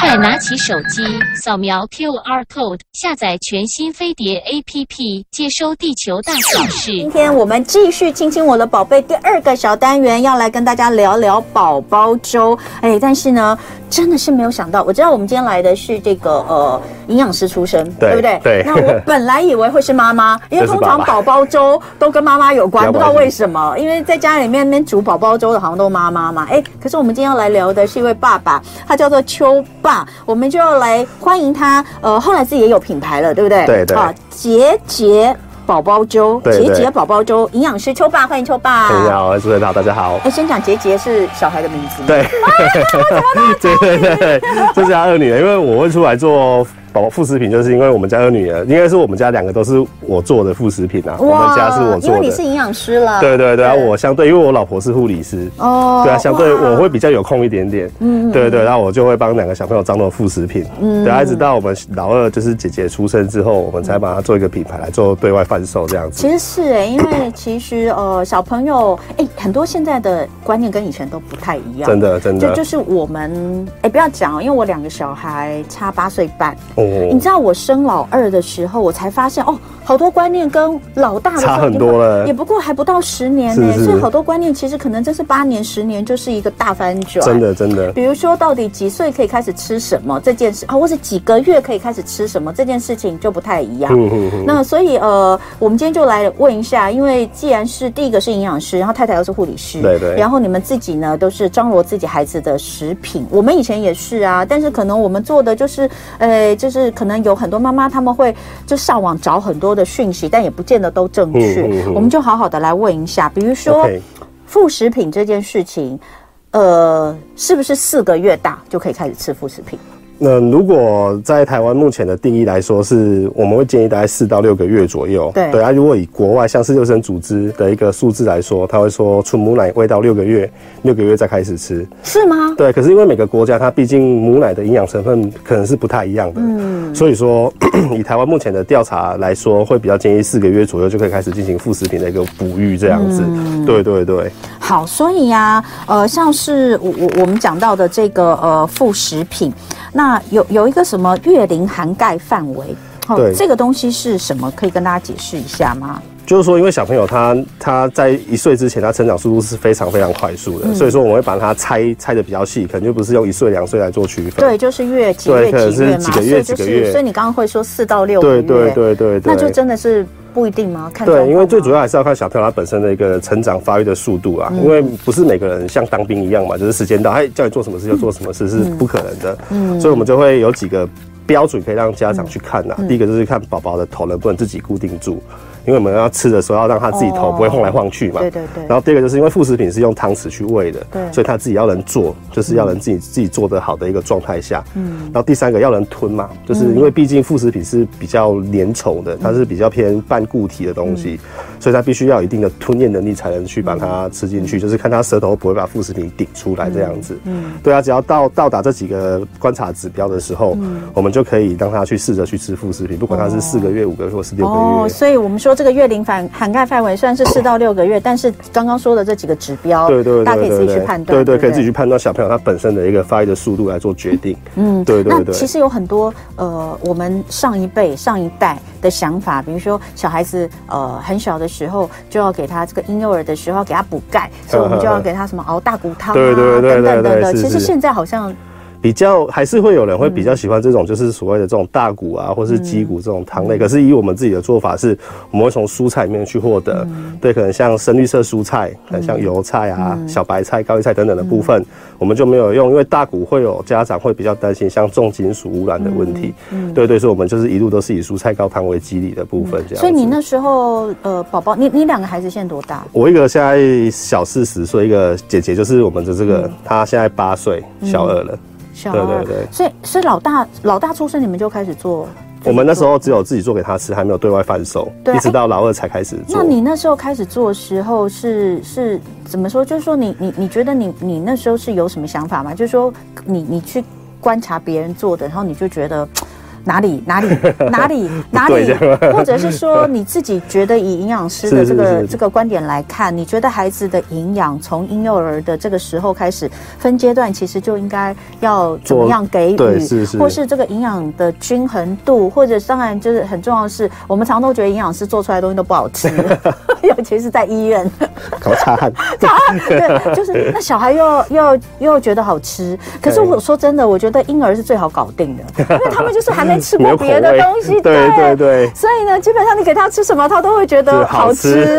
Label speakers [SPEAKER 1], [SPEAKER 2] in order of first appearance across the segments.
[SPEAKER 1] 快拿起手机，扫描 QR code，下载全新飞碟 APP，接收地球大小事
[SPEAKER 2] 今。天我们继续亲亲我的宝贝第二个小单元，要来跟大家聊聊宝宝粥。哎，但是呢，真的是没有想到，我知道我们今天来的是这个呃营养师出身，
[SPEAKER 3] 对
[SPEAKER 2] 不对？
[SPEAKER 3] 对
[SPEAKER 2] 那我本来以为会是妈妈， 因为通常宝宝粥都跟妈妈有关，
[SPEAKER 3] 这
[SPEAKER 2] 不
[SPEAKER 3] 是
[SPEAKER 2] 知
[SPEAKER 3] 爸爸
[SPEAKER 2] 道为什么，因为在家里面那边煮宝宝粥的好像都妈妈嘛。哎，可是我们今天要来聊的是一位爸爸，他叫做邱爸，我们就要来欢迎他。呃，后来自己也有品牌了，对不对？
[SPEAKER 3] 对对
[SPEAKER 2] 啊，节节宝宝粥，
[SPEAKER 3] 对
[SPEAKER 2] 节
[SPEAKER 3] 对
[SPEAKER 2] 节宝宝粥，营养师邱爸，欢迎邱爸。
[SPEAKER 3] 大家好，主持人好，大家好。
[SPEAKER 2] 哎，先讲节节是小孩的名字吗？
[SPEAKER 3] 对，对对对，这是家二女儿，因为我会出来做宝宝副食品，就是因为我们家二女儿，应该是我们家两个都是我做的副食品啊，我们家是我
[SPEAKER 2] 因
[SPEAKER 3] 做
[SPEAKER 2] 为你是
[SPEAKER 3] 的。
[SPEAKER 2] 营养师了。
[SPEAKER 3] 对对对啊，
[SPEAKER 2] 对
[SPEAKER 3] 我相对因为我老婆是护理师，
[SPEAKER 2] 哦
[SPEAKER 3] 对啊，相对
[SPEAKER 2] 哇
[SPEAKER 3] 我会比较有空一点点，嗯，对对，然后我就会帮两个小朋友张罗副食品，嗯，对啊，一直到我们老二就是姐姐出生之后，我们才把它做一个品牌来做对外贩售这样子
[SPEAKER 2] 其。实是哎、因为其实呃，小朋友哎、很多现在的观念跟以前都不太一样。
[SPEAKER 3] 真。的真
[SPEAKER 2] 就
[SPEAKER 3] 的
[SPEAKER 2] 就，是我们哎、不要讲哦，因为我两个小孩差八岁半，
[SPEAKER 3] 哦
[SPEAKER 2] 你知道我生老二的时候，我才发现哦，好多观念跟老大的时候
[SPEAKER 3] 差很多了
[SPEAKER 2] 也不过还不到十年呢、
[SPEAKER 3] 是是
[SPEAKER 2] 所以好多观念其实可能真是八年、十年就是一个大翻转。
[SPEAKER 3] 真的真的，
[SPEAKER 2] 比如说，到底几岁可以开始吃什么这件事啊，或是几个月可以开始吃什么这件事情就不太一样。
[SPEAKER 3] 嗯嗯嗯，
[SPEAKER 2] 那所以呃，我们今天就来问一下，因为既然是第一个是营养师，然后太太又是护理师，
[SPEAKER 3] 对对
[SPEAKER 2] 然后你们自己呢都是张罗自己孩子的食品，我们以前也是啊，但是可能我们做的就是，呃，就是可能有很多妈妈他们会就上网找很多的讯息，但也不见得都正确，
[SPEAKER 3] 嗯嗯嗯
[SPEAKER 2] 我们就好好的来问一下，比如说
[SPEAKER 3] OK
[SPEAKER 2] 副食品这件事情。呃，是不是四个月大就可以开始吃副食品？
[SPEAKER 3] 那如果在台湾目前的定义来说，是我们会建议大概四到六个月左右。
[SPEAKER 2] 对
[SPEAKER 3] 啊，如果以国外像是救生组织的一个数字来说，他会说纯母奶喂到六个月，六个月再开始吃。
[SPEAKER 2] 是吗？
[SPEAKER 3] 对，可是因为每个国家它毕竟母奶的营养成分可能是不太一样的，嗯，所以说 以台湾目前的调查来说，会比较建议四个月左右就可以开始进行副食品的一个哺育这样子。对对对，
[SPEAKER 2] 好，所以呀、呃，像是我我我们讲到的这个呃副食品，那有有一个什么月龄涵盖范围？好
[SPEAKER 3] 对
[SPEAKER 2] 这个东西是什么？可以跟大家解释一下吗？
[SPEAKER 3] 就是说，因为小朋友他他在一岁之前，他成长速度是非常非常快速
[SPEAKER 2] 嗯
[SPEAKER 3] 的，所以说我们会把它拆拆的比较细，可能就不是用一岁两岁来做区分。
[SPEAKER 2] 对，就是月几
[SPEAKER 3] 对
[SPEAKER 2] 月
[SPEAKER 3] 可能
[SPEAKER 2] 几月
[SPEAKER 3] 是
[SPEAKER 2] 嘛，
[SPEAKER 3] 几个月
[SPEAKER 2] 所以就
[SPEAKER 3] 几个月
[SPEAKER 2] 是，所以你刚刚会说四到六个月，
[SPEAKER 3] 对对对对
[SPEAKER 2] 那就真的是不一定吗？看状
[SPEAKER 3] 对，
[SPEAKER 2] 况
[SPEAKER 3] 因为最
[SPEAKER 2] 吗
[SPEAKER 3] 主要还是要看小朋友他本身的一个成长发育的速度
[SPEAKER 2] 嗯
[SPEAKER 3] 啊，因为不是每个人像当兵一样嘛，就是时间到，他叫你做什么事就做什么事是
[SPEAKER 2] 嗯
[SPEAKER 3] 不可能的，所以我们就会有几个标准可以让家长去看
[SPEAKER 2] 嗯
[SPEAKER 3] 呐、第一个就是看宝宝的头能不能自己固定住。因为我们要吃的时候，要让他自己头
[SPEAKER 2] 哦
[SPEAKER 3] 不会晃来晃去嘛。
[SPEAKER 2] 对对对
[SPEAKER 3] 然后第二个就是因为副食品是用汤匙去喂的，
[SPEAKER 2] 对
[SPEAKER 3] 所以他自己要能做，就是要能自己、自己做得好的一个状态下。嗯。然后第三个要能吞嘛，就是因为毕竟副食品是比较粘稠的，它是比较偏半固体的东西，所以它必须要有一定的吞咽能力才能去把它吃进去，就是看它舌头不会把副食品顶出来这样子。嗯。对啊，只要到到达这几个观察指标的时候，我们就可以让他去试着去吃副食品，不管它是四个月、五个月或是六个月。
[SPEAKER 2] 哦，所以我们说这个月龄范涵盖范围虽然是四到六个月，但是刚刚说的这几个指标，
[SPEAKER 3] 对对对，
[SPEAKER 2] 大家可以自己
[SPEAKER 3] 对
[SPEAKER 2] 去
[SPEAKER 3] 对
[SPEAKER 2] 判断，
[SPEAKER 3] 对对，
[SPEAKER 2] 不
[SPEAKER 3] 可以自己去判断小朋友他本身的一个发育的速度来做决定。嗯，对对
[SPEAKER 2] 那
[SPEAKER 3] 对
[SPEAKER 2] 其。实有很多呃，我们上一辈、上一代的想法，比如说小孩子呃很小的时候就要给他这个婴幼儿的时候要给他补钙，所以我们就要给他什么熬大骨汤啊，
[SPEAKER 3] 对对对
[SPEAKER 2] 等等
[SPEAKER 3] 对
[SPEAKER 2] 等
[SPEAKER 3] 对
[SPEAKER 2] 等。
[SPEAKER 3] 是
[SPEAKER 2] 其实
[SPEAKER 3] 是
[SPEAKER 2] 现在好像
[SPEAKER 3] 比较还是会有人会比较喜欢这种，就是所谓的这种大骨啊，或是鸡
[SPEAKER 2] 嗯
[SPEAKER 3] 骨这种汤类。可是以我们自己的做法是，我们会从蔬菜里面去获得，
[SPEAKER 2] 嗯
[SPEAKER 3] 对，可能像深绿色蔬菜，可能像油菜啊、小白菜、高丽菜等等的部分，我们就没有用，因为大骨会有家长会比较担心像重金属污染的问题。
[SPEAKER 2] 嗯
[SPEAKER 3] 对对，所以我们就是一路都是以蔬菜高汤为基底的部分这样子。
[SPEAKER 2] 所以你那时候呃，宝宝，你你两个孩子现在多大？
[SPEAKER 3] 我一个现在小四十岁，一个姐姐就是我们的这个，
[SPEAKER 2] 嗯
[SPEAKER 3] 她现在八岁，小二了。
[SPEAKER 2] 小
[SPEAKER 3] 对
[SPEAKER 2] 二
[SPEAKER 3] 对对
[SPEAKER 2] 所以所以老大老大出生你们就开始做。
[SPEAKER 3] 我们那时候只有自己做给她吃，还没有对外贩售，
[SPEAKER 2] 对啊
[SPEAKER 3] 一直到老二才开始做。
[SPEAKER 2] 那你那时候开始做的时候是是怎么说？就是说你你你觉得你你那时候是有什么想法吗？就是说你你去观察别人做的，然后你就觉得。哪里哪里哪里哪
[SPEAKER 3] 不对
[SPEAKER 2] 里
[SPEAKER 3] 这样，
[SPEAKER 2] 或者是说你自己觉得以营养师的这
[SPEAKER 3] 是是
[SPEAKER 2] 个
[SPEAKER 3] 是
[SPEAKER 2] 这个观点来看，你觉得孩子的营养从婴幼儿的这个时候开始分阶段，其实就应该要怎么
[SPEAKER 3] 做
[SPEAKER 2] 样给予，
[SPEAKER 3] 对是是
[SPEAKER 2] 或是这个营养的均衡度，或者当然就是很重要的是，我们常都觉得营养师做出来的东西都不好 吃，尤其是在医院。
[SPEAKER 3] 搞擦汗，
[SPEAKER 2] 对，就是那小孩又又又觉得好吃，可是
[SPEAKER 3] 对
[SPEAKER 2] 我说真的，我觉得婴儿是最好搞定 的，因为他们就是还没吃过
[SPEAKER 3] 有口
[SPEAKER 2] 别的
[SPEAKER 3] 味
[SPEAKER 2] 东西，
[SPEAKER 3] 对对对
[SPEAKER 2] 所以呢，基本上你给他吃什么，他都会觉
[SPEAKER 3] 就
[SPEAKER 2] 得
[SPEAKER 3] 是好
[SPEAKER 2] 好吃。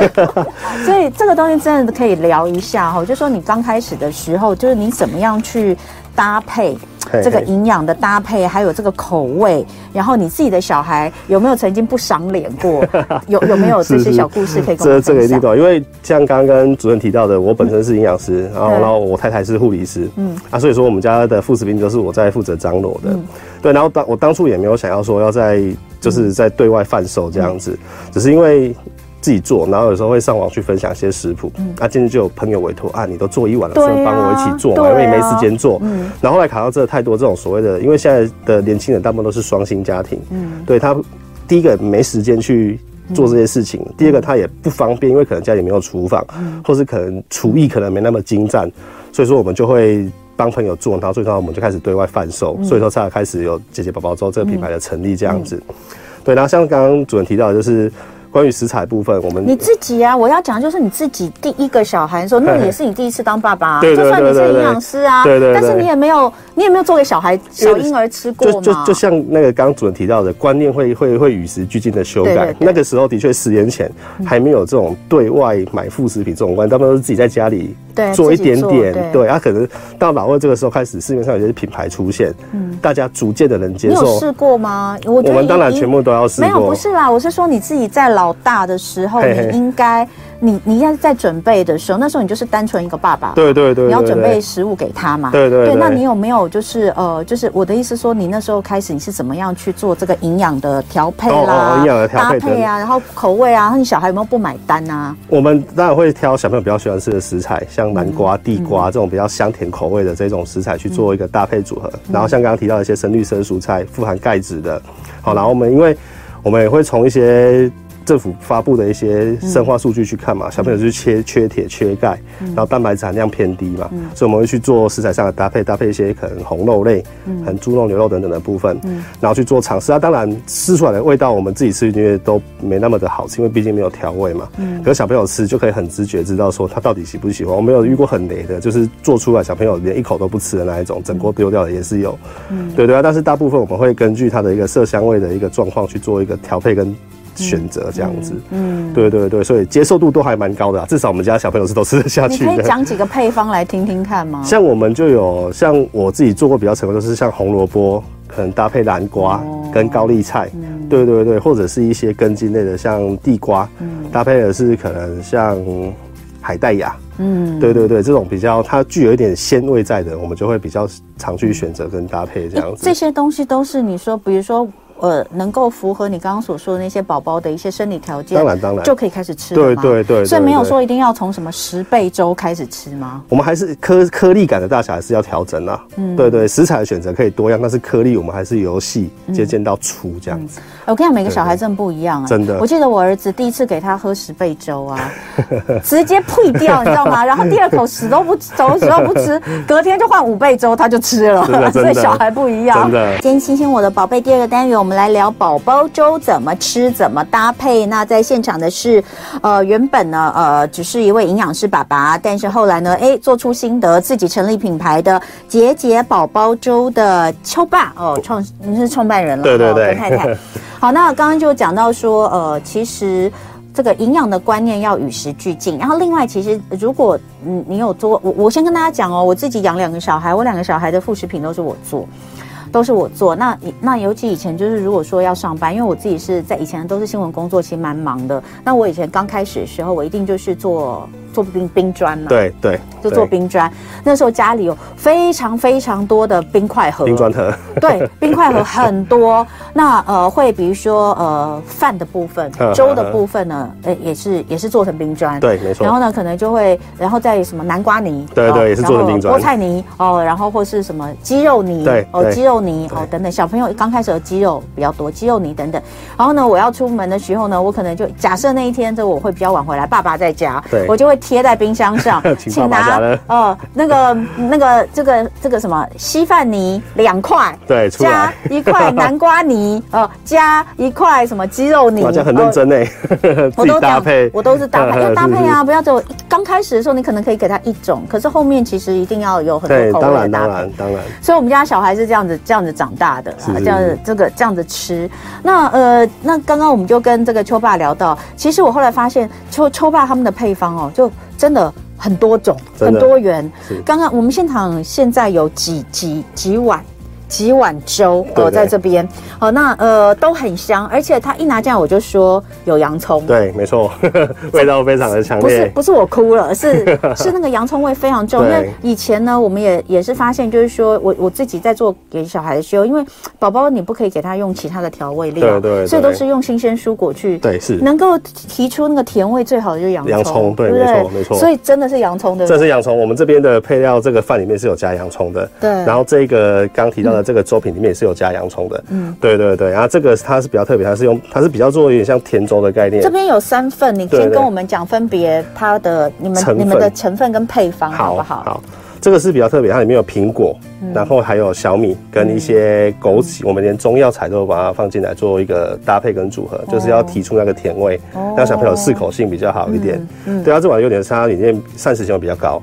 [SPEAKER 2] 所以这个东西真的可以聊一下哈，就说你刚开始的时候，就是你怎么样去搭配。
[SPEAKER 3] 嘿
[SPEAKER 2] 这个
[SPEAKER 3] 嘿
[SPEAKER 2] 营养的搭配，还有这个口味，然后你自己的小孩有没有曾经不赏脸 过？有有没有这
[SPEAKER 3] 是
[SPEAKER 2] 些
[SPEAKER 3] 是
[SPEAKER 2] 小故事可以跟我
[SPEAKER 3] 这
[SPEAKER 2] 们分享？
[SPEAKER 3] 这个一定懂，因为像刚刚主任提到的，我本身是营养师，然后
[SPEAKER 2] 对
[SPEAKER 3] 然后我太太是护理师，嗯啊，所以说我们家的副食品都是我在负责张罗
[SPEAKER 2] 嗯
[SPEAKER 3] 的，对，然后当我当初也没有想要说要在
[SPEAKER 2] 嗯
[SPEAKER 3] 就是在对外贩售这样子，只是因为。自己做，然后有时候会上网去分享一些食谱。那今天就有朋友委托啊，你都做一晚
[SPEAKER 2] 嗯
[SPEAKER 3] 了，
[SPEAKER 2] 对啊
[SPEAKER 3] 顺便帮我一起做嘛，
[SPEAKER 2] 对啊
[SPEAKER 3] 因为没时间做。然后后来卡到这太多这种所谓的，因为现在的年轻人大部分都是双薪家庭，对他第一个没时间去做这些事情，第二个他也不方便，因为可能家里没有厨房，或是可能厨艺可能没那么精湛，所以说我们就会。帮朋友做，然后最后我们就开始对外贩售，所以说才开始有姐姐宝宝粥这个品牌的成立这样子。对，然后像刚刚主任提到，的就是关于食材部分，我们
[SPEAKER 2] 你自己啊，我要讲就是你自己第一个小孩的时候，那也是你第一次当爸爸、啊，
[SPEAKER 3] 对对
[SPEAKER 2] 就算你
[SPEAKER 3] 对
[SPEAKER 2] 是
[SPEAKER 3] 对
[SPEAKER 2] 营养师啊，
[SPEAKER 3] 对对对
[SPEAKER 2] 但是你也没有，你也没有做给小孩、小
[SPEAKER 3] 因为
[SPEAKER 2] 婴儿吃过
[SPEAKER 3] 就
[SPEAKER 2] 嘛，
[SPEAKER 3] 就就像那个刚刚主任提到的，观念会会会与时俱进的修改。
[SPEAKER 2] 对对对嗯
[SPEAKER 3] 那个时候的确十年前还没有这种对外买副食品这种观念，他们都是自己在家里
[SPEAKER 2] 对
[SPEAKER 3] 做一点
[SPEAKER 2] 自己做
[SPEAKER 3] 点。
[SPEAKER 2] 对
[SPEAKER 3] 对，啊，可能到老二这个时候开始，市面上有些品牌出现，大家逐渐的能接
[SPEAKER 2] 嗯你有
[SPEAKER 3] 受。
[SPEAKER 2] 试过吗？我觉
[SPEAKER 3] 我
[SPEAKER 2] 得
[SPEAKER 3] 们当然
[SPEAKER 2] 你
[SPEAKER 3] 全部都要试
[SPEAKER 2] 没有，
[SPEAKER 3] 过
[SPEAKER 2] 不。是啦，我是说你自己在老大的时候，
[SPEAKER 3] 嘿嘿
[SPEAKER 2] 你应该，你你要在准备的时候，那时候你就是单纯一个爸爸，
[SPEAKER 3] 对对对，
[SPEAKER 2] 你要
[SPEAKER 3] 对
[SPEAKER 2] 准备
[SPEAKER 3] 对
[SPEAKER 2] 食物给他嘛。
[SPEAKER 3] 对对对
[SPEAKER 2] 那你有没有就是呃，就是我的意思说，你那时候开始你是怎么样去做这个营养的调配
[SPEAKER 3] 哦
[SPEAKER 2] 啦、
[SPEAKER 3] 哦营养的调配
[SPEAKER 2] 搭配啊，然后口味啊，然后你小孩有没有不买单啊？
[SPEAKER 3] 我们当然会挑小朋友比较喜欢吃的食材，像南瓜、地瓜这种比较香甜口味的这种食材去做一个搭配组合。然后像刚刚提到的一些深绿色蔬菜，富含钙质的。好，然后我们因为我们也会从一些政府发布的一些生化数据去看嘛，小朋友就是缺缺铁、缺钙，然后蛋白质含量偏低嘛，所以我们会去做食材上的搭配，搭配一些可能红肉类、可能猪肉、牛肉等等的部分，然后去做尝试。啊，当然吃出来的味道，我们自己吃因为都没那么的好吃，因为毕竟没有调味嘛。可是小朋友吃就可以很直觉知道说他到底喜不喜欢。我没有遇过很雷的，就是做出来小朋友连一口都不吃的那一种，整锅丢掉的也是有。对对啊，但是大部分我们会根据它的一个色香味的一个状况去做一个调配跟选择，这样子。嗯，对对对，所以接受度都还蛮高的啊、至少我们家小朋友是都吃得下
[SPEAKER 2] 你
[SPEAKER 3] 去
[SPEAKER 2] 可以
[SPEAKER 3] 的。
[SPEAKER 2] 讲几个配方来听听看吗？
[SPEAKER 3] 像我们就有，像我自己做过比较成功，就是像红萝卜，可能搭配南瓜
[SPEAKER 2] 哦
[SPEAKER 3] 跟高丽菜，
[SPEAKER 2] 嗯
[SPEAKER 3] 对对对，或者是一些根茎类的，像地瓜，搭配的是可能像海带芽，
[SPEAKER 2] 嗯，
[SPEAKER 3] 对对对，这种比较它具有一点鲜味在的，我们就会比较常去选择跟搭配这样子。
[SPEAKER 2] 这些东西都是你说，比如说呃，能够符合你刚刚所说的那些宝宝的一些生理条件，
[SPEAKER 3] 当然当然
[SPEAKER 2] 就可以开始吃
[SPEAKER 3] 对
[SPEAKER 2] 了吗
[SPEAKER 3] 对对对
[SPEAKER 2] 所以没有
[SPEAKER 3] 对
[SPEAKER 2] 说一定要从什么十倍粥开始吃吗？
[SPEAKER 3] 我们还是颗颗粒感的大小还是要调整啊。
[SPEAKER 2] 嗯
[SPEAKER 3] 对对，食材的选择可以多样，但是颗粒我们还是由细
[SPEAKER 2] 嗯
[SPEAKER 3] 接近到粗这样子。
[SPEAKER 2] 我跟你讲，每个小孩真的不一样、哎
[SPEAKER 3] 真的
[SPEAKER 2] 我记得我儿子第一次给他喝十倍粥啊， 直接呸掉，你知道吗？然后第二口死都不吃，走死都不 吃，隔天就换五倍粥，他就吃
[SPEAKER 3] 真
[SPEAKER 2] 了。
[SPEAKER 3] 的真
[SPEAKER 2] 所
[SPEAKER 3] 的
[SPEAKER 2] 以小孩不一样。
[SPEAKER 3] 真的
[SPEAKER 2] 今天星星我的宝贝第二个单元，我们来聊宝宝粥怎么吃、怎么搭配。那在现场的是，呃，原本呢，呃，只是一位营养师爸爸，但是后来呢，哎，做出心得，自己成立品牌的节节宝宝粥的秋爸哦，创你是创办人了，
[SPEAKER 3] 对对
[SPEAKER 2] 哦
[SPEAKER 3] 对
[SPEAKER 2] 跟太太。好，那刚刚就讲到说，呃，其实。这个营养的观念要与时俱进，然后另外，其实如果嗯你有做，我我先跟大家讲哦，我自己养两个小孩，我两个小孩的副食品都是我做，都是我做。那那尤其以前就是，如果说要上班，因为我自己是在以前都是新闻工作，其实蛮忙的。那我以前刚开始的时候，我一定就是做做冰冰砖嘛，
[SPEAKER 3] 对对，
[SPEAKER 2] 就
[SPEAKER 3] 对
[SPEAKER 2] 做冰砖。那时候家里有非常非常多的冰块盒，
[SPEAKER 3] 冰砖盒，
[SPEAKER 2] 对，冰块盒很多。那呃，会比如说呃，饭的部 分、
[SPEAKER 3] 嗯
[SPEAKER 2] 粥的部分呢，呃，也是也是做成冰砖。
[SPEAKER 3] 对没错
[SPEAKER 2] 然后呢，可能就会，然后再什么南瓜泥，
[SPEAKER 3] 对对
[SPEAKER 2] 哦
[SPEAKER 3] 也是做成冰砖
[SPEAKER 2] 然后菠菜泥哦，然后或是什么鸡肉泥，
[SPEAKER 3] 对
[SPEAKER 2] 哦，
[SPEAKER 3] 对
[SPEAKER 2] 鸡肉肉泥哦等等。小朋友刚开始有肌肉比较多，肌肉泥等等。然后呢，我要出门的时候呢，我可能就假设那一天这我会比较晚回来，爸爸在家
[SPEAKER 3] 对，，
[SPEAKER 2] 我就会贴在冰箱上
[SPEAKER 3] 请爸爸加热
[SPEAKER 2] 呃那个那个这个这个什么稀饭泥两块，
[SPEAKER 3] 对出
[SPEAKER 2] 加
[SPEAKER 3] 来
[SPEAKER 2] 一块南瓜 泥，呃，加一块什么鸡肉泥，
[SPEAKER 3] 好像很
[SPEAKER 2] 呃
[SPEAKER 3] 认真呢，自
[SPEAKER 2] 哦 我
[SPEAKER 3] 己
[SPEAKER 2] 都
[SPEAKER 3] 搭配，
[SPEAKER 2] 我都是搭 配，要搭配
[SPEAKER 3] 是。是
[SPEAKER 2] 啊！不要只有刚开始的时候，你可能可以给他一种，可是后面其实一定要有很
[SPEAKER 3] 对，
[SPEAKER 2] 多口
[SPEAKER 3] 当
[SPEAKER 2] 味的
[SPEAKER 3] 然当
[SPEAKER 2] 搭配
[SPEAKER 3] 然。当然，
[SPEAKER 2] 所以我们家小孩是这样子这样子长大的啦啊
[SPEAKER 3] 是是，
[SPEAKER 2] 这样子这个这样子吃。那呃，那刚刚我们就跟这个秋爸聊到，其实我后来发现秋秋爸他们的配方哦，就真的。很多种，
[SPEAKER 3] 真
[SPEAKER 2] 很
[SPEAKER 3] 的
[SPEAKER 2] 多元
[SPEAKER 3] 是。
[SPEAKER 2] 刚刚我们现场现在有几几几碗几碗粥
[SPEAKER 3] 对对
[SPEAKER 2] 哦，在这边哦，那呃都很香，而且他一拿进来我就说有洋葱，
[SPEAKER 3] 对，没错， 味道非常的强
[SPEAKER 2] 不是
[SPEAKER 3] 烈，
[SPEAKER 2] 不是我哭 了，是是那个洋葱味非常重。因
[SPEAKER 3] 对
[SPEAKER 2] 为以前呢，我们也也是发现，就是说我我自己在做给小孩的时候，因为宝宝你不可以给他用其他的调味料，
[SPEAKER 3] 对对
[SPEAKER 2] 所以
[SPEAKER 3] 对
[SPEAKER 2] 都是用新鲜蔬果去。
[SPEAKER 3] 对，是，
[SPEAKER 2] 能够提出那个甜味最好的就是洋葱，
[SPEAKER 3] 洋葱对
[SPEAKER 2] 不
[SPEAKER 3] 没错没错
[SPEAKER 2] 所以真的是洋葱，对不
[SPEAKER 3] 这
[SPEAKER 2] 对？
[SPEAKER 3] 是洋葱，我们这边的配料这个饭里面是有加洋葱的，
[SPEAKER 2] 对
[SPEAKER 3] 然后这个刚提到的这个粥品里面也是有加洋葱的，嗯，对对对。然后这个它是比较特别，它是用它是比较做有点像甜粥的概念
[SPEAKER 2] 这。边有三份，你
[SPEAKER 3] 对
[SPEAKER 2] 先跟
[SPEAKER 3] 对
[SPEAKER 2] 我们讲分别它的你们
[SPEAKER 3] 成分
[SPEAKER 2] 你们的成分跟配方好不好？嗯
[SPEAKER 3] 这个是比较特别，它里面有苹果，然后还有小米跟一些枸杞，我们连中药材都把它放进来做一个搭配跟组
[SPEAKER 2] 哦
[SPEAKER 3] 合，就是要提出那个甜味，让小朋友适口性比较好一点。
[SPEAKER 2] 嗯
[SPEAKER 3] 对啊，这碗有点是它里面膳食纤维比较高，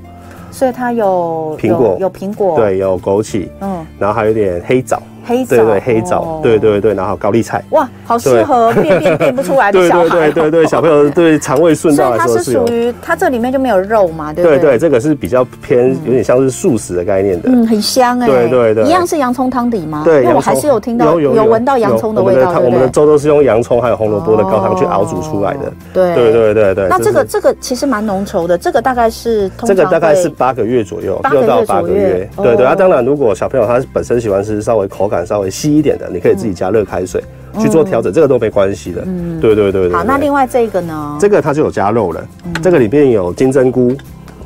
[SPEAKER 2] 所以它有
[SPEAKER 3] 苹
[SPEAKER 2] 有
[SPEAKER 3] 果
[SPEAKER 2] 有苹果，，
[SPEAKER 3] 对，有枸杞，
[SPEAKER 2] 嗯，
[SPEAKER 3] 然后还有点黑枣，
[SPEAKER 2] 黑枣，
[SPEAKER 3] 对对黑枣
[SPEAKER 2] 哦，
[SPEAKER 3] 对对对，然后高丽菜。
[SPEAKER 2] 哇，好适合便便 便不出来的
[SPEAKER 3] 对
[SPEAKER 2] 小
[SPEAKER 3] 对
[SPEAKER 2] 孩。
[SPEAKER 3] 对 对对，小朋友对肠胃顺
[SPEAKER 2] 所
[SPEAKER 3] 道
[SPEAKER 2] 以
[SPEAKER 3] 来
[SPEAKER 2] 它
[SPEAKER 3] 说
[SPEAKER 2] 是
[SPEAKER 3] 是有
[SPEAKER 2] 属。于它这里面就没有肉嘛，对不
[SPEAKER 3] 对
[SPEAKER 2] 对？
[SPEAKER 3] 对，这个是比较偏有点像是素食的概念的。
[SPEAKER 2] 嗯，很香哎、
[SPEAKER 3] 对对对
[SPEAKER 2] 一样是洋葱汤底吗？
[SPEAKER 3] 对，
[SPEAKER 2] 因为我
[SPEAKER 3] 洋葱
[SPEAKER 2] 还是有听到有闻到洋葱的味道，
[SPEAKER 3] 我们的汤
[SPEAKER 2] 对
[SPEAKER 3] 我
[SPEAKER 2] 不
[SPEAKER 3] 们的
[SPEAKER 2] 对？
[SPEAKER 3] 粥都是用洋葱还有红萝卜的高汤去熬煮出来的
[SPEAKER 2] 哦。对
[SPEAKER 3] 对对对对。
[SPEAKER 2] 那这个
[SPEAKER 3] 是
[SPEAKER 2] 这个其实蛮浓稠的，这个大概是通常
[SPEAKER 3] 这个大概
[SPEAKER 2] 会
[SPEAKER 3] 是八个月左右
[SPEAKER 2] 八，个
[SPEAKER 3] 六
[SPEAKER 2] 月
[SPEAKER 3] 到八
[SPEAKER 2] 左
[SPEAKER 3] 个
[SPEAKER 2] 右
[SPEAKER 3] 月。
[SPEAKER 2] 哦
[SPEAKER 3] 对对，那当然，如果小朋友他本身喜欢吃稍微口感稍微稀一点的，你可以
[SPEAKER 2] 嗯
[SPEAKER 3] 自己加热开水去做调整，这个都没关系的。对对对对。
[SPEAKER 2] 好。
[SPEAKER 3] 对
[SPEAKER 2] 那另嗯外这个呢？
[SPEAKER 3] 这个它就有加肉了，这个里面有金针菇，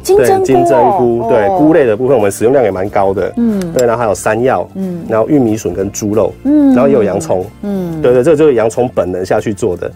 [SPEAKER 2] 金针菇、哦，
[SPEAKER 3] 金针菇，对
[SPEAKER 2] 哦
[SPEAKER 3] 菇类的部分，我们使用量也蛮高的。嗯，对，然后还有山药，嗯，然后玉米笋跟猪肉，嗯，然后也有洋葱，嗯，对对，这个就是洋葱本人下去做的。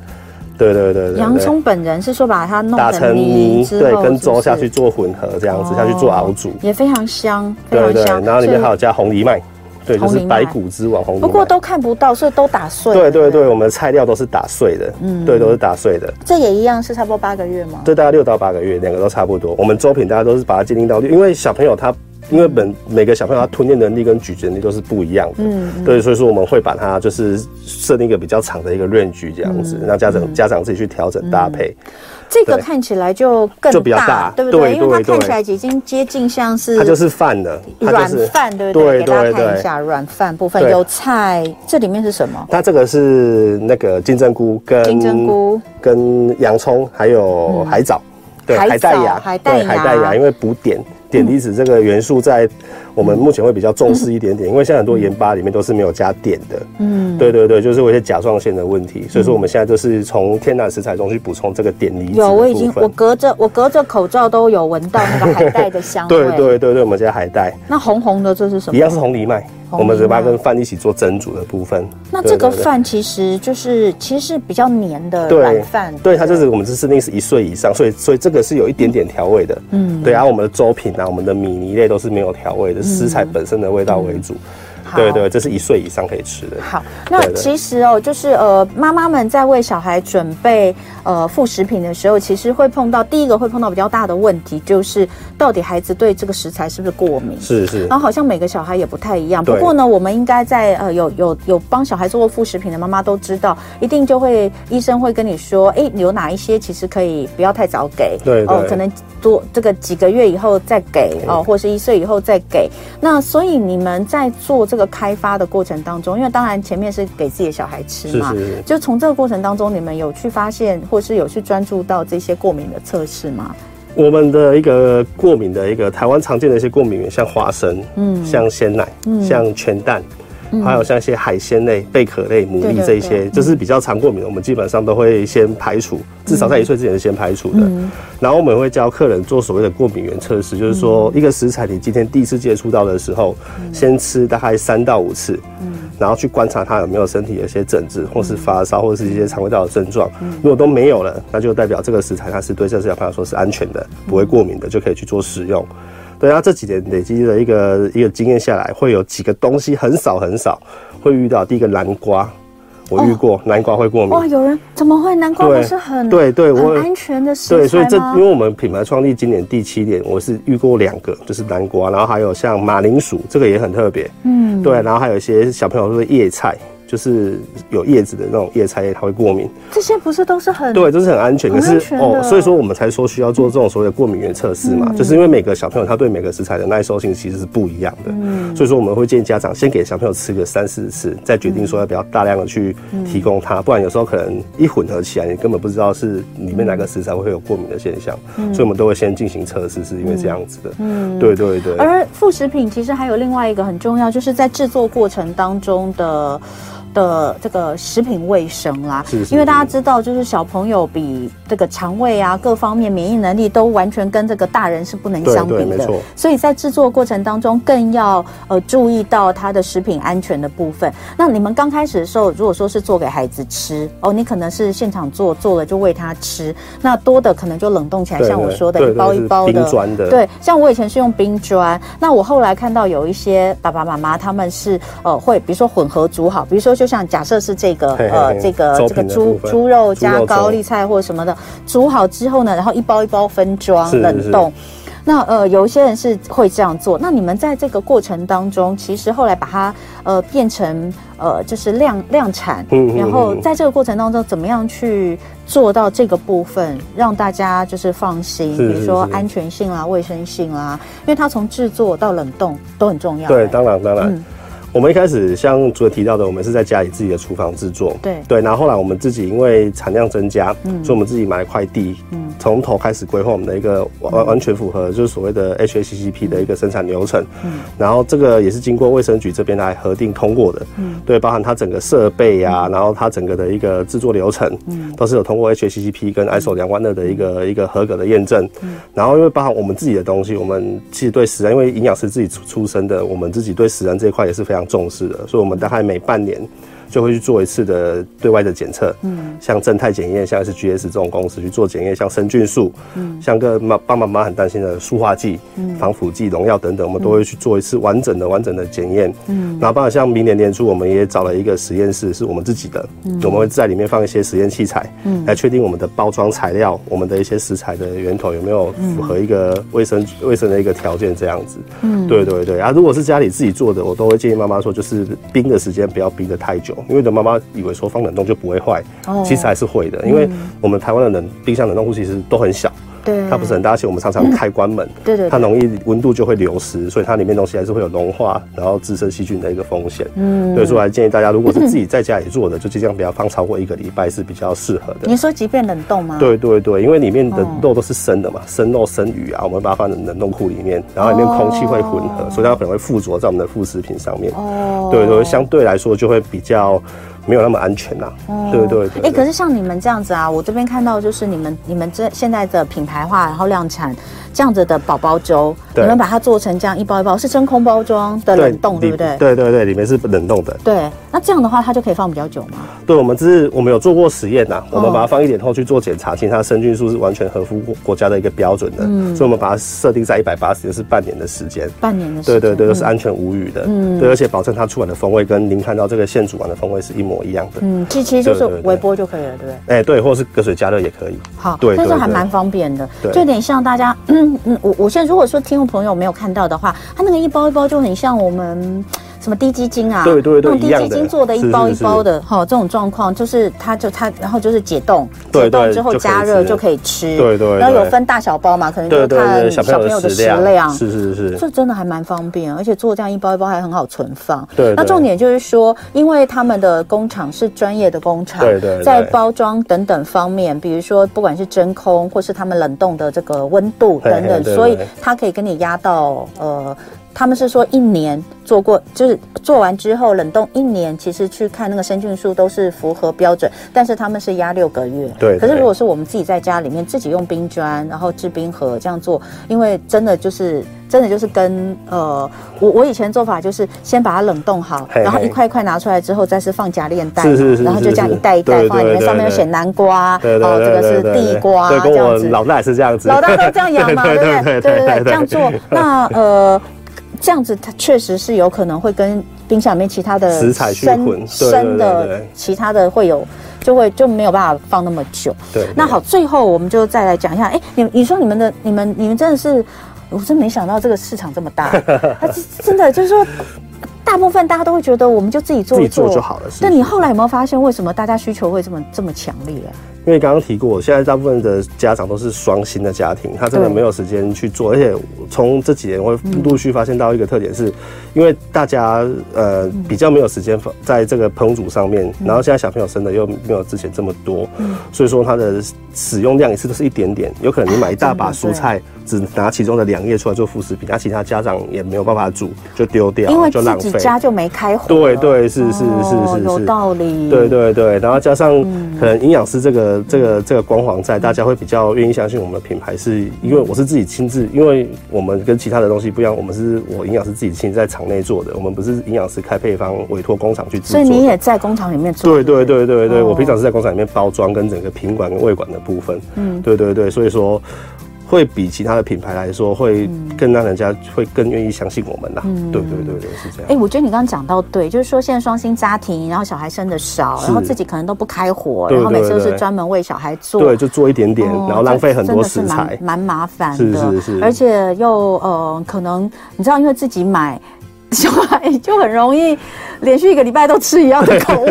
[SPEAKER 3] 对对对对对，
[SPEAKER 2] 洋葱本人是说把它弄
[SPEAKER 3] 打
[SPEAKER 2] 成
[SPEAKER 3] 成
[SPEAKER 2] 泥
[SPEAKER 3] 泥，
[SPEAKER 2] 之
[SPEAKER 3] 对
[SPEAKER 2] 后，
[SPEAKER 3] 跟
[SPEAKER 2] 是不
[SPEAKER 3] 粥下
[SPEAKER 2] 是
[SPEAKER 3] 去做混合，这样子下去做熬煮。
[SPEAKER 2] 也非常香，非
[SPEAKER 3] 对
[SPEAKER 2] 常
[SPEAKER 3] 对，
[SPEAKER 2] 香。
[SPEAKER 3] 然后里面
[SPEAKER 2] 所以
[SPEAKER 3] 还有加红藜麦，对，就
[SPEAKER 2] 红
[SPEAKER 3] 是
[SPEAKER 2] 藜麦
[SPEAKER 3] 白骨之王红藜麦。
[SPEAKER 2] 不过都看不到，所以都打碎了。
[SPEAKER 3] 对对对，我们的菜料都是打碎的，嗯，对，都是打碎的。
[SPEAKER 2] 这也一样是差不多八个月吗？
[SPEAKER 3] 这大概六到八个月，两个都差不多。我们粥品大家都是把它界定到六，因为小朋友他。因为本每个小朋友他吞咽能力跟咀嚼能力都是不一样的，
[SPEAKER 2] 嗯
[SPEAKER 3] 对，所以说我们会把它就是设定一个比较长的一个 range 这样子，让家长、家长自己去调整搭配。
[SPEAKER 2] 嗯这个
[SPEAKER 3] 对
[SPEAKER 2] 看起来就更
[SPEAKER 3] 就比较大
[SPEAKER 2] 对不对？
[SPEAKER 3] 对
[SPEAKER 2] 因为
[SPEAKER 3] 对
[SPEAKER 2] 它看起
[SPEAKER 3] 对
[SPEAKER 2] 来已经接近像是
[SPEAKER 3] 它就是饭了，它
[SPEAKER 2] 嗯软
[SPEAKER 3] 就是
[SPEAKER 2] 饭，对不对？
[SPEAKER 3] 对
[SPEAKER 2] 给大
[SPEAKER 3] 对
[SPEAKER 2] 家看一
[SPEAKER 3] 对。
[SPEAKER 2] 下软饭部分
[SPEAKER 3] 对
[SPEAKER 2] 有菜，这里面是什么？
[SPEAKER 3] 它这个是那个金针菇跟
[SPEAKER 2] 金针菇、
[SPEAKER 3] 跟洋葱，还有海藻，对，
[SPEAKER 2] 嗯海藻
[SPEAKER 3] 海带芽，
[SPEAKER 2] 海带芽
[SPEAKER 3] 对海带芽，因为补碘，碘离子这个元素在我们目前会比较重视一点
[SPEAKER 2] 嗯
[SPEAKER 3] 点，因为现在很多盐巴里面都是没有加碘的，嗯，对对对，就是有一些甲状腺的问题，所以说我们现在就是从天然食材中去补充这个碘离子的
[SPEAKER 2] 有，我已
[SPEAKER 3] 部
[SPEAKER 2] 经我
[SPEAKER 3] 分。
[SPEAKER 2] 隔着我隔着口罩都有闻到 那个海带的香味。
[SPEAKER 3] 对对对对，我们家海带
[SPEAKER 2] 那红红的这是什
[SPEAKER 3] 一
[SPEAKER 2] 么？
[SPEAKER 3] 样是红藜麦，
[SPEAKER 2] 红藜麦
[SPEAKER 3] 我们只把它跟饭一起做蒸煮的部分。
[SPEAKER 2] 那
[SPEAKER 3] 对
[SPEAKER 2] 这个
[SPEAKER 3] 对对
[SPEAKER 2] 饭其实就是其实是比较黏的
[SPEAKER 3] 对
[SPEAKER 2] 软饭，
[SPEAKER 3] 对，它就是我们是设定是一岁以上，所以所以这个是有一点点调味的，嗯，对，然后我们的粥品啊，我们的米泥类都是没有调味的，食材本身的味道为主，
[SPEAKER 2] 好
[SPEAKER 3] 对对，这是一岁以上可以吃的，
[SPEAKER 2] 好，那
[SPEAKER 3] 对对
[SPEAKER 2] 其实哦，就是呃，妈妈们在为小孩准备呃副食品的时候，其实会碰到第一个会碰到比较大的问题，就是到底孩子对这个食材是不是过敏。
[SPEAKER 3] 是是
[SPEAKER 2] 然后好像每个小孩也不太一样，
[SPEAKER 3] 对
[SPEAKER 2] 不过呢，我们应该在呃有有有帮小孩做过副食品的妈妈都知道，一定就会医生会跟你说，哎，有哪一些其实可以不要太早给，
[SPEAKER 3] 对对
[SPEAKER 2] 哦，可能多这个几个月以后再给哦，或是一岁以后再给。那所以你们在做这个开发的过程当中，因为当然前面是给自己的小孩吃
[SPEAKER 3] 是
[SPEAKER 2] 嘛，
[SPEAKER 3] 是是。
[SPEAKER 2] 就从这个过程当中，你们有去发现或是有去专注到这些过敏的测试吗？
[SPEAKER 3] 我们的一个过
[SPEAKER 2] 嗯
[SPEAKER 3] 敏的一个台湾常见的一些过敏源，像花生，嗯，像鲜奶，像全蛋。还有像一些海鲜类、贝壳类、牡
[SPEAKER 2] 对
[SPEAKER 3] 蛎
[SPEAKER 2] 对
[SPEAKER 3] 这一些，就是比较常过敏的，我们基本上都会先排除，至少在一岁之前是先排除的。
[SPEAKER 2] 嗯
[SPEAKER 3] 然后我们也会教客人做所谓的过敏原测试，就是说
[SPEAKER 2] 嗯
[SPEAKER 3] 一个食材你今天第一次接触到的时候，先吃大概三到五次，然后去观察它有没有身体有一些疹子，或是发烧，或是一些肠胃道的症状。
[SPEAKER 4] 嗯
[SPEAKER 3] 如果都没有了，那就代表这个食材它是对这治疗朋友说是安全的，
[SPEAKER 4] 嗯
[SPEAKER 3] 不会过敏的，就可以去做使用。对，啊那这几年累积的一个一个经验下来，会有几个东西很少很少会遇到。第一个南瓜，我遇过、南瓜会过敏。
[SPEAKER 4] 哦哇，有人怎么会？南瓜
[SPEAKER 3] 对
[SPEAKER 4] 不是很
[SPEAKER 3] 对对我
[SPEAKER 4] 很安全的食材吗？
[SPEAKER 3] 对，所以这因为我们品牌创立今年第七年，我是遇过两个，就是南瓜，然后还有像马铃薯，这个也很特别。
[SPEAKER 4] 嗯，
[SPEAKER 3] 对，然后还有一些小朋友说叶菜，就是有叶子的那种叶菜叶，它会过敏。
[SPEAKER 2] 嗯
[SPEAKER 4] 这些不是都是很
[SPEAKER 3] 对，这是很安全，可
[SPEAKER 4] 很安
[SPEAKER 3] 是
[SPEAKER 4] 全的
[SPEAKER 3] 哦，所以说我们才说需要做这种所谓的过敏原测试
[SPEAKER 2] 嗯
[SPEAKER 3] 嘛，就是因为每个小朋友他对每个食材的耐受性其实是不一样
[SPEAKER 2] 嗯
[SPEAKER 3] 的，所以说我们会建议家长先给小朋友吃个三四次，再决
[SPEAKER 2] 嗯
[SPEAKER 3] 定说要不要大量的去提供它，不然有时候可能一混合起来，你根本不知道是里面哪个食材会有过敏的现象，
[SPEAKER 2] 嗯
[SPEAKER 3] 所以我们都会先进行测试，是因为这样子的。对对对。
[SPEAKER 2] 而副食品其实还有另外一个很重要，就是在制作过程当中的。的这个食品卫生啦，
[SPEAKER 3] 是是
[SPEAKER 2] 因为大家知道，就是小朋友比这个肠胃啊各方面免疫能力都完全跟这个大人是不能
[SPEAKER 3] 对
[SPEAKER 2] 相
[SPEAKER 3] 对
[SPEAKER 2] 比
[SPEAKER 3] 没
[SPEAKER 2] 的
[SPEAKER 3] 错，
[SPEAKER 2] 所以在制作过程当中更要呃注意到它的食品安全的部分。那你们刚开始的时候，如果说是做给孩子吃哦，你可能是现场做，做了就喂他吃，那多的可能就冷冻起来，
[SPEAKER 3] 对
[SPEAKER 2] 像我
[SPEAKER 3] 对
[SPEAKER 2] 说的，
[SPEAKER 3] 对
[SPEAKER 2] 一包
[SPEAKER 3] 对
[SPEAKER 2] 一
[SPEAKER 3] 是
[SPEAKER 2] 包的
[SPEAKER 3] 冰砖的
[SPEAKER 2] 对，像我以前是用冰砖，那我后来看到有一些爸爸妈妈他们是呃会，比如说混合煮好，比如说就像假设是这个
[SPEAKER 3] 嘿嘿
[SPEAKER 2] 呃
[SPEAKER 3] 嘿
[SPEAKER 2] 这个
[SPEAKER 3] 粥
[SPEAKER 2] 这个
[SPEAKER 3] 品的
[SPEAKER 2] 猪
[SPEAKER 3] 部分
[SPEAKER 2] 猪肉
[SPEAKER 3] 猪
[SPEAKER 2] 加
[SPEAKER 3] 肉
[SPEAKER 2] 高
[SPEAKER 3] 粥
[SPEAKER 2] 丽菜或什么的，煮好之后呢，然后一包一包分装
[SPEAKER 3] 是
[SPEAKER 2] 冷
[SPEAKER 3] 是
[SPEAKER 2] 冻。那呃，有一些人是会这样做。那你们在这个过程当中，其实后来把它呃变成呃就是量量产，
[SPEAKER 3] 嗯嗯
[SPEAKER 2] 然后
[SPEAKER 3] 嗯
[SPEAKER 2] 在这个过程当中，怎么样去做到这个部分，让大家就是放心？
[SPEAKER 3] 是
[SPEAKER 2] 比如说
[SPEAKER 3] 是是
[SPEAKER 2] 安全性啦、啊卫生性啦，因为它从制作到冷冻都很重要。
[SPEAKER 3] 对，
[SPEAKER 2] 哎
[SPEAKER 3] 当然当然。
[SPEAKER 2] 嗯
[SPEAKER 3] 我们一开始像主任提到的，我们是在家里自己的厨房制作，
[SPEAKER 2] 对嗯
[SPEAKER 3] 对，然后后来我们自己因为产量增加，所以我们自己买了块地，从头开始规划我们的一个
[SPEAKER 2] 嗯
[SPEAKER 3] 完完全符合就是所谓的 HACCP 的一个生产流程，
[SPEAKER 2] 嗯
[SPEAKER 3] 然后这个也是经过卫生局这边来核定通过的，对，包含它整个设备啊，然后它整个的一个制作流程，都是有通过 HACCP 跟 ISO 两万二的一个一个合格的验证，然后因为包含我们自己的东西，我们其实对食安，因为营养师自己出出身的，我们自己对食安这一块也是非常重视的，所以我们大概每半年。就会去做一次的对外的检测，嗯，像正泰检验，像 SGS 这种公司去做检验，像生菌素，嗯，像个妈爸爸妈妈很担心的塑化剂、防腐剂、农药等等，我们都会去做一次完整的、完整的检验，嗯，然后包括像明年年初，我们也找了一个实验室，是我们自己的，我们会在里面放一些实验器材，嗯，来确定我们的包装材料、我们的一些食材的源头有没有符合一个卫生卫生的一个条件，这样子，嗯，对对对啊，如果是家里自己做的，我都会建议妈妈说，就是冰的时间不要冰的太久，因为有的妈妈以为说放冷冻就不会坏，
[SPEAKER 2] 哦
[SPEAKER 3] 其实还是会的，因为
[SPEAKER 2] 嗯
[SPEAKER 3] 我们台湾的冷冰箱冷冻库其实都很小，
[SPEAKER 2] 对，
[SPEAKER 3] 它不是很大，而且我们常常开关门，
[SPEAKER 2] 嗯对对对
[SPEAKER 3] 它容易温度就会流失，所以它里面东西还是会有融化，然后滋生细菌的一个风险。嗯，所以说还建议大家，如果是自己在家里做的，就尽量不要放超过一个礼拜是比较适合的
[SPEAKER 2] 你。说即便冷冻吗？，
[SPEAKER 3] 对对对，因为里面的
[SPEAKER 2] 哦
[SPEAKER 3] 肉都是生的嘛，生肉、生鱼啊，我们把它放在冷冻库里面，然后里面空气会混合，所以它可能会附着在我们的副食品上面。
[SPEAKER 2] 哦
[SPEAKER 3] 对对，相对来说就会比较没有那么安全啦、对对对
[SPEAKER 2] 哎、可是像你们这样子啊，我这边看到就是你们你们这现在的品牌化，然后量产这样子的宝宝粥，你
[SPEAKER 3] 对
[SPEAKER 2] 们把它做成这样一包一包是真空包装的冷冻，对
[SPEAKER 3] 里
[SPEAKER 2] 不对？
[SPEAKER 3] 对对对，里面是冷冻的。
[SPEAKER 2] 对，那这样的话它就可以放比较久吗？
[SPEAKER 3] 对，我们只是我们有做过实验呐、啊
[SPEAKER 2] 哦
[SPEAKER 3] 我们把它放一点后去做检查，其实它生菌数是完全合乎国国家的一个标准的，所以我们把它设定在一百八十，就是半年的时间。
[SPEAKER 2] 半年的时
[SPEAKER 3] 对
[SPEAKER 2] 间。嗯
[SPEAKER 3] 对对，都是安全无虞的，嗯，对，而且保证它出版的风味跟您看到这个现煮完的风味是一模一样的，
[SPEAKER 2] 嗯，其其实就是
[SPEAKER 3] 对对对
[SPEAKER 2] 微波就可以了，对不对？
[SPEAKER 3] 哎、对，或是隔水加热也可以，
[SPEAKER 2] 好，
[SPEAKER 3] 对
[SPEAKER 2] 那
[SPEAKER 3] 对
[SPEAKER 2] 这还
[SPEAKER 3] 对
[SPEAKER 2] 蛮方便的，
[SPEAKER 3] 对
[SPEAKER 2] 就有点像大家， 嗯嗯，我我现在如果说听众朋友没有看到的话，它那个一包一包就很像我们什么低基金啊，
[SPEAKER 3] 对对对
[SPEAKER 2] 那种
[SPEAKER 3] 一
[SPEAKER 2] 低
[SPEAKER 3] 样
[SPEAKER 2] 基
[SPEAKER 3] 的
[SPEAKER 2] 金做的一
[SPEAKER 3] 是
[SPEAKER 2] 包一
[SPEAKER 3] 是是
[SPEAKER 2] 包的，哈，这种状况就是它就它，然后就是解冻，
[SPEAKER 3] 对
[SPEAKER 2] 解冻
[SPEAKER 3] 对
[SPEAKER 2] 之后
[SPEAKER 3] 就可以
[SPEAKER 2] 加热
[SPEAKER 3] 吃
[SPEAKER 2] 就可以吃，
[SPEAKER 3] 对对对
[SPEAKER 2] 然后有分大小包嘛，可能就
[SPEAKER 3] 对
[SPEAKER 2] 嗯
[SPEAKER 3] 对
[SPEAKER 2] 看
[SPEAKER 3] 对，
[SPEAKER 2] 小
[SPEAKER 3] 小
[SPEAKER 2] 朋
[SPEAKER 3] 朋
[SPEAKER 2] 友
[SPEAKER 3] 友
[SPEAKER 2] 的
[SPEAKER 3] 的
[SPEAKER 2] 食
[SPEAKER 3] 食量，
[SPEAKER 2] 量，
[SPEAKER 3] 是是是，
[SPEAKER 2] 这真的还蛮方便，而且做这样一包一包还很好存放。
[SPEAKER 3] 对对
[SPEAKER 2] 那重点就是说，因为他们的工厂是专业的工厂，
[SPEAKER 3] 对对对
[SPEAKER 2] 在包装等等方面，比如说不管是真空或是他们冷冻的这个温度等
[SPEAKER 3] 嘿嘿
[SPEAKER 2] 等，
[SPEAKER 3] 对对
[SPEAKER 2] 所以它可以跟你压到呃。他们是说一年做过，就是做完之后冷冻一年，其实去看那个生菌数都是符合标准，但是他们是压六个月。
[SPEAKER 3] 对
[SPEAKER 2] 可是
[SPEAKER 3] 对
[SPEAKER 2] 如果是我们自己在家里面自己用冰砖，然后制冰盒这样做，因为真的就是真的就是跟呃，我我以前做法就是先把它冷冻好，
[SPEAKER 3] 嘿嘿
[SPEAKER 2] 然后一块一块拿出来之后，再是放夹链袋，
[SPEAKER 3] 是是是
[SPEAKER 2] 然后就这样
[SPEAKER 3] 是
[SPEAKER 2] 一
[SPEAKER 3] 是
[SPEAKER 2] 袋一袋
[SPEAKER 3] 对
[SPEAKER 2] 放在里面，
[SPEAKER 3] 对对
[SPEAKER 2] 上面有
[SPEAKER 3] 对
[SPEAKER 2] 写南瓜，
[SPEAKER 3] 对对
[SPEAKER 2] 哦，这
[SPEAKER 3] 对
[SPEAKER 2] 个
[SPEAKER 3] 对
[SPEAKER 2] 是
[SPEAKER 3] 对
[SPEAKER 2] 地
[SPEAKER 3] 对
[SPEAKER 2] 瓜，
[SPEAKER 3] 对，跟
[SPEAKER 2] 这
[SPEAKER 3] 我
[SPEAKER 2] 样子。
[SPEAKER 3] 老大也是这样子，
[SPEAKER 2] 老大都这样养嘛，
[SPEAKER 3] 对
[SPEAKER 2] 对不对？
[SPEAKER 3] 对对
[SPEAKER 2] 对
[SPEAKER 3] 对
[SPEAKER 2] 对，这样 做。那呃，这样子它确实是有可能会跟冰箱里面其他的
[SPEAKER 3] 食材去
[SPEAKER 2] 生
[SPEAKER 3] 混对对
[SPEAKER 2] 生
[SPEAKER 3] 对对
[SPEAKER 2] 的
[SPEAKER 3] 对
[SPEAKER 2] 其他的会有，就会就没有办法放那么久。
[SPEAKER 3] 对对
[SPEAKER 2] 那好，最后我们就再来讲一下，哎，你你说你们的你们你们真的是，我真没想到这个市场这么 大，它是真的就是说。大部分大家都会觉得，我们就自己做
[SPEAKER 3] 自己
[SPEAKER 2] 一
[SPEAKER 3] 做就好了是
[SPEAKER 2] 但你
[SPEAKER 3] 是
[SPEAKER 2] 后来有没有发现，为什么大家需求会这么这么强烈啊？
[SPEAKER 3] 因为刚刚提过，现在大部分的家长都是双薪的家庭，他真的
[SPEAKER 2] 对
[SPEAKER 3] 没有时间去做。而且从这几年，我会陆续发现到一个特点是，因为大家呃比较没有时间放在这个烹煮上面，
[SPEAKER 2] 嗯
[SPEAKER 3] 然后现在小朋友生的又没有之前这么多，所以说它的使用量一次都是一点点，有可能你买一大把蔬菜，只拿其中的两叶出来做副食品，啊那其他家长也没有办法煮，就丢
[SPEAKER 2] 因
[SPEAKER 3] 掉，
[SPEAKER 2] 为
[SPEAKER 3] 就
[SPEAKER 2] 自
[SPEAKER 3] 浪
[SPEAKER 2] 己
[SPEAKER 3] 费。
[SPEAKER 2] 家就没开火了。
[SPEAKER 3] 对对是是
[SPEAKER 2] 哦
[SPEAKER 3] 是是
[SPEAKER 2] 有
[SPEAKER 3] 是
[SPEAKER 2] 道理。
[SPEAKER 3] 对对对，然后加上
[SPEAKER 2] 嗯
[SPEAKER 3] 可能营养师这个、这个这个光环在，大家会比较愿意相信我们的品牌是，因为我是自己亲自，因为我们跟其他的东西不一样，我们是我营养师自己亲自在厂内做的，我们不是营养师开配方委托工厂去制
[SPEAKER 2] 所
[SPEAKER 3] 作
[SPEAKER 2] 以
[SPEAKER 3] 的。
[SPEAKER 2] 你也在工厂里面做。
[SPEAKER 3] 对对对对对，
[SPEAKER 2] 哦
[SPEAKER 3] 我平常是在工厂里面包装跟整个品管跟胃管的部分，嗯，对对对，所以说会比其他的品牌来说，会
[SPEAKER 2] 嗯
[SPEAKER 3] 更让人家会更愿意相信我们啦。对对对对，是这样
[SPEAKER 2] 哎、。我觉得你刚刚讲到对，就是说现在双薪家庭，然后小孩生的少，
[SPEAKER 3] 是
[SPEAKER 2] 然后自己可能都不开火，
[SPEAKER 3] 对
[SPEAKER 2] 然后每次都
[SPEAKER 3] 对
[SPEAKER 2] 是
[SPEAKER 3] 对
[SPEAKER 2] 专门为小孩做。
[SPEAKER 3] 对，就做一点点，
[SPEAKER 2] 哦
[SPEAKER 3] 然后浪费很多食
[SPEAKER 2] 真的是
[SPEAKER 3] 材
[SPEAKER 2] 蛮，蛮麻烦
[SPEAKER 3] 是
[SPEAKER 2] 的，
[SPEAKER 3] 是是
[SPEAKER 2] 而且又呃，可能你知道，因为自己买， 小孩就很容易连续一个礼拜都吃一样的口 味。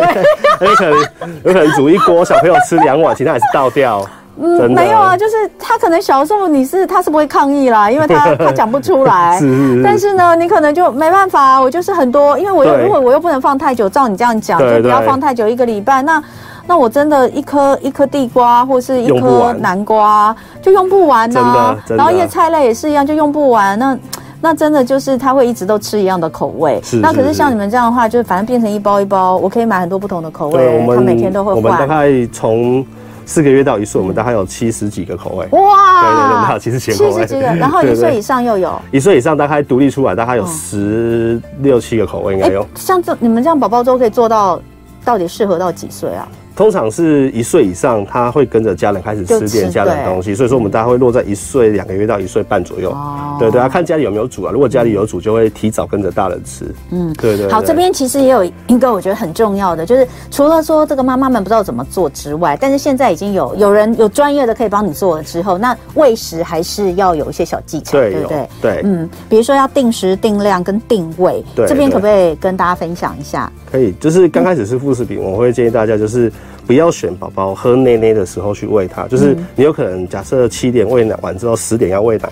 [SPEAKER 3] 有可能有可能煮一锅，小朋友吃两碗，其他还是倒掉。真
[SPEAKER 2] 嗯，
[SPEAKER 3] 的
[SPEAKER 2] 没有啊，就是他可能小时候你是他是不会抗议啦，因为他他讲不出来。
[SPEAKER 3] 是是是
[SPEAKER 2] 但是呢，你可能就没办法啊，我就是很多，因为我又
[SPEAKER 3] 对
[SPEAKER 2] 如果我又不能放太久，照你这样讲，
[SPEAKER 3] 对
[SPEAKER 2] 就不要
[SPEAKER 3] 对
[SPEAKER 2] 放太久，一个礼拜那。那我真的一颗一颗地瓜或是一
[SPEAKER 3] 用不
[SPEAKER 2] 颗
[SPEAKER 3] 完
[SPEAKER 2] 南瓜就用不完呐、
[SPEAKER 3] 真的真的
[SPEAKER 2] 然后叶菜类也是一样，就用不完。那那真的就是他会一直都吃一样的口味。
[SPEAKER 3] 是
[SPEAKER 2] 那可
[SPEAKER 3] 是
[SPEAKER 2] 是像
[SPEAKER 3] 是
[SPEAKER 2] 你们这样的话，就是反正变成一包一包，我可以买很多不同的口
[SPEAKER 3] 对，
[SPEAKER 2] 味，
[SPEAKER 3] 我
[SPEAKER 2] 他
[SPEAKER 3] 们
[SPEAKER 2] 每天都会
[SPEAKER 3] 我们大
[SPEAKER 2] 换。
[SPEAKER 3] 概从四个月到一岁，我们大概有七十几个口味。对对对，我们
[SPEAKER 2] 哇
[SPEAKER 3] 还有七十几个
[SPEAKER 2] 七
[SPEAKER 3] 口味。
[SPEAKER 2] 十几个，然后一岁以
[SPEAKER 3] 上，
[SPEAKER 2] 上又 有。
[SPEAKER 3] 一岁以上大概独立出来，大概有
[SPEAKER 2] 嗯
[SPEAKER 3] 十六七个口味应该
[SPEAKER 2] 哎
[SPEAKER 3] 有。，
[SPEAKER 2] 像这你们这样宝宝粥可以做到，到底适合到几岁啊？
[SPEAKER 3] 通常是一岁以上，他会跟着家人开始
[SPEAKER 2] 就
[SPEAKER 3] 吃
[SPEAKER 2] 吃
[SPEAKER 3] 点家人的东西，所以说我们大概会落在一岁两个月到一岁半左右。
[SPEAKER 2] 哦
[SPEAKER 3] 对对啊，看家里有没有煮啊，如果家里有煮，就会提早跟着大人吃。嗯，对对。
[SPEAKER 2] 好，
[SPEAKER 3] 对
[SPEAKER 2] 这边其实也有一个我觉得很重要的，就是除了说这个妈妈们不知道怎么做之外，但是现在已经有有人有专业的可以帮你做了之后，那喂食还是要有一些小技巧，
[SPEAKER 3] 对
[SPEAKER 2] 不对
[SPEAKER 3] 有？对
[SPEAKER 2] 嗯，比如说要定时、定量跟定位，
[SPEAKER 3] 对
[SPEAKER 2] 这边
[SPEAKER 3] 对
[SPEAKER 2] 可不可以跟大家分享一下？
[SPEAKER 3] 可以，就是刚开始是副食品，我会建议大家就是不要选宝宝喝奶奶的时候去喂它，就是你有可能假设七点喂奶完之后十点要喂奶，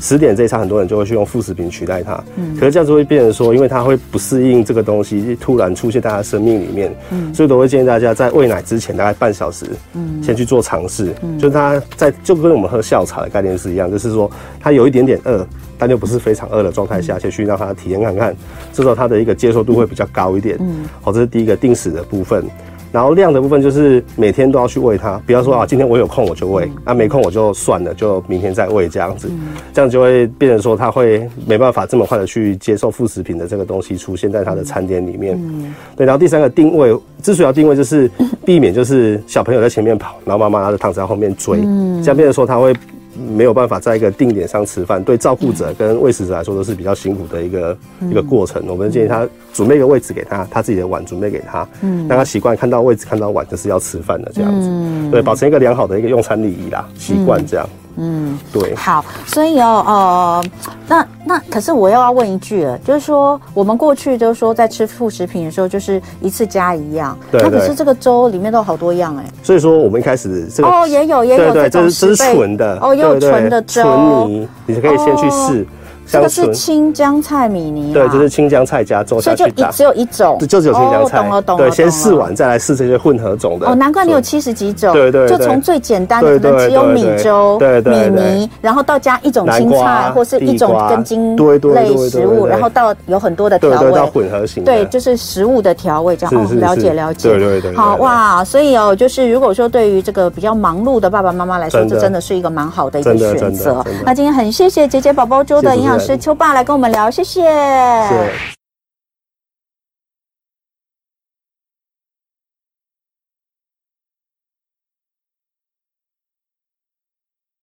[SPEAKER 3] 十、点这一餐很多人就会去用副食品取代它，可是这样子会变成说，因为它会不适应这个东西突然出现在他生命里面，所以都会建议大家在喂奶之前大概半小时，先去做尝试，就是它在就跟我们喝下午茶的概念是一样，就是说它有一点点饿。但又不是非常饿的状态下，先去让他体验看看，这时候他的一个接受度会比较高一点。嗯，好，这是第一个定时的部分。然后量的部分就是每天都要去喂它，不要说啊，今天我有空我就喂，啊没空我就算了，就明天再喂这样子，这样就会变成说他会没办法这么快的去接受副食品的这个东西出现在他的餐点里面。对，然后第三个定位，之所以要定位，就是避免就是小朋友在前面跑，然后妈妈拿着汤匙在后面追，这样变成说他会没有办法在一个定点上吃饭，对照顾者跟喂食者来说都是比较辛苦的一个、一个过程。我们建议他准备一个位置给他，他自己的碗准备给他，让他习惯看到位置、看到碗就是要吃饭的这样子，对，保持一个良好的一个用餐礼仪啦，习惯这样，嗯，对。
[SPEAKER 2] 好，所以哦，呃，那那可是我又要问一句了，就是说我们过去就是说在吃副食品的时候，就是一次加一样，
[SPEAKER 3] 对
[SPEAKER 2] 那可
[SPEAKER 3] 对
[SPEAKER 2] 是这个粥里面都有好多样哎、
[SPEAKER 3] 所以说我们一开始这个
[SPEAKER 2] 哦也有也有
[SPEAKER 3] 对对，
[SPEAKER 2] 这
[SPEAKER 3] 这
[SPEAKER 2] 种
[SPEAKER 3] 是这是
[SPEAKER 2] 十倍
[SPEAKER 3] 纯的
[SPEAKER 2] 哦也有
[SPEAKER 3] 对对
[SPEAKER 2] 纯的粥哦
[SPEAKER 3] 纯泥，你可以先去试。
[SPEAKER 2] 这
[SPEAKER 3] 香
[SPEAKER 2] 个是
[SPEAKER 3] 椿，
[SPEAKER 2] 青江菜米泥嘛，
[SPEAKER 3] 对，就是青江菜加
[SPEAKER 2] 所
[SPEAKER 3] 粥下
[SPEAKER 2] 以就
[SPEAKER 3] 去
[SPEAKER 2] 一
[SPEAKER 3] 打，
[SPEAKER 2] 只有一种，
[SPEAKER 3] 就就只有青江菜，
[SPEAKER 2] 哦、懂了懂了，
[SPEAKER 3] 对，先
[SPEAKER 2] 懂了
[SPEAKER 3] 试完再来试这些混合种的。
[SPEAKER 2] 哦，难怪你有七十几种，
[SPEAKER 3] 对对对
[SPEAKER 2] 就从最简单的
[SPEAKER 3] 对
[SPEAKER 2] 可能只有
[SPEAKER 3] 对
[SPEAKER 2] 米
[SPEAKER 3] 对
[SPEAKER 2] 粥、
[SPEAKER 3] 对对
[SPEAKER 2] 米
[SPEAKER 3] 对
[SPEAKER 2] 泥，然后到加一种
[SPEAKER 3] 南
[SPEAKER 2] 青菜
[SPEAKER 3] 瓜
[SPEAKER 2] 或是一种
[SPEAKER 3] 地瓜
[SPEAKER 2] 根茎
[SPEAKER 3] 对对对
[SPEAKER 2] 类
[SPEAKER 3] 对对
[SPEAKER 2] 食物，
[SPEAKER 3] 对
[SPEAKER 2] 然后到有很多的
[SPEAKER 3] 对
[SPEAKER 2] 调
[SPEAKER 3] 对，到
[SPEAKER 2] 味。
[SPEAKER 3] 混合型的。
[SPEAKER 2] 对，就是食物的调味这样
[SPEAKER 3] 是是
[SPEAKER 2] 哦，了解
[SPEAKER 3] 是
[SPEAKER 2] 了解，
[SPEAKER 3] 对对对对
[SPEAKER 2] 好
[SPEAKER 3] 对
[SPEAKER 2] 哇，所以哦，就是如果说对于这个比较忙碌的爸爸妈妈来说，
[SPEAKER 3] 真的
[SPEAKER 2] 这真的是一个蛮好的一个
[SPEAKER 3] 真的
[SPEAKER 2] 选
[SPEAKER 3] 真的
[SPEAKER 2] 择
[SPEAKER 3] 真的。
[SPEAKER 2] 那今天很谢谢姐姐宝宝粥的
[SPEAKER 3] 谢谢
[SPEAKER 2] 营养
[SPEAKER 3] 主持
[SPEAKER 2] 师
[SPEAKER 3] 人
[SPEAKER 2] 秋爸来跟我们聊，谢谢，
[SPEAKER 3] 是。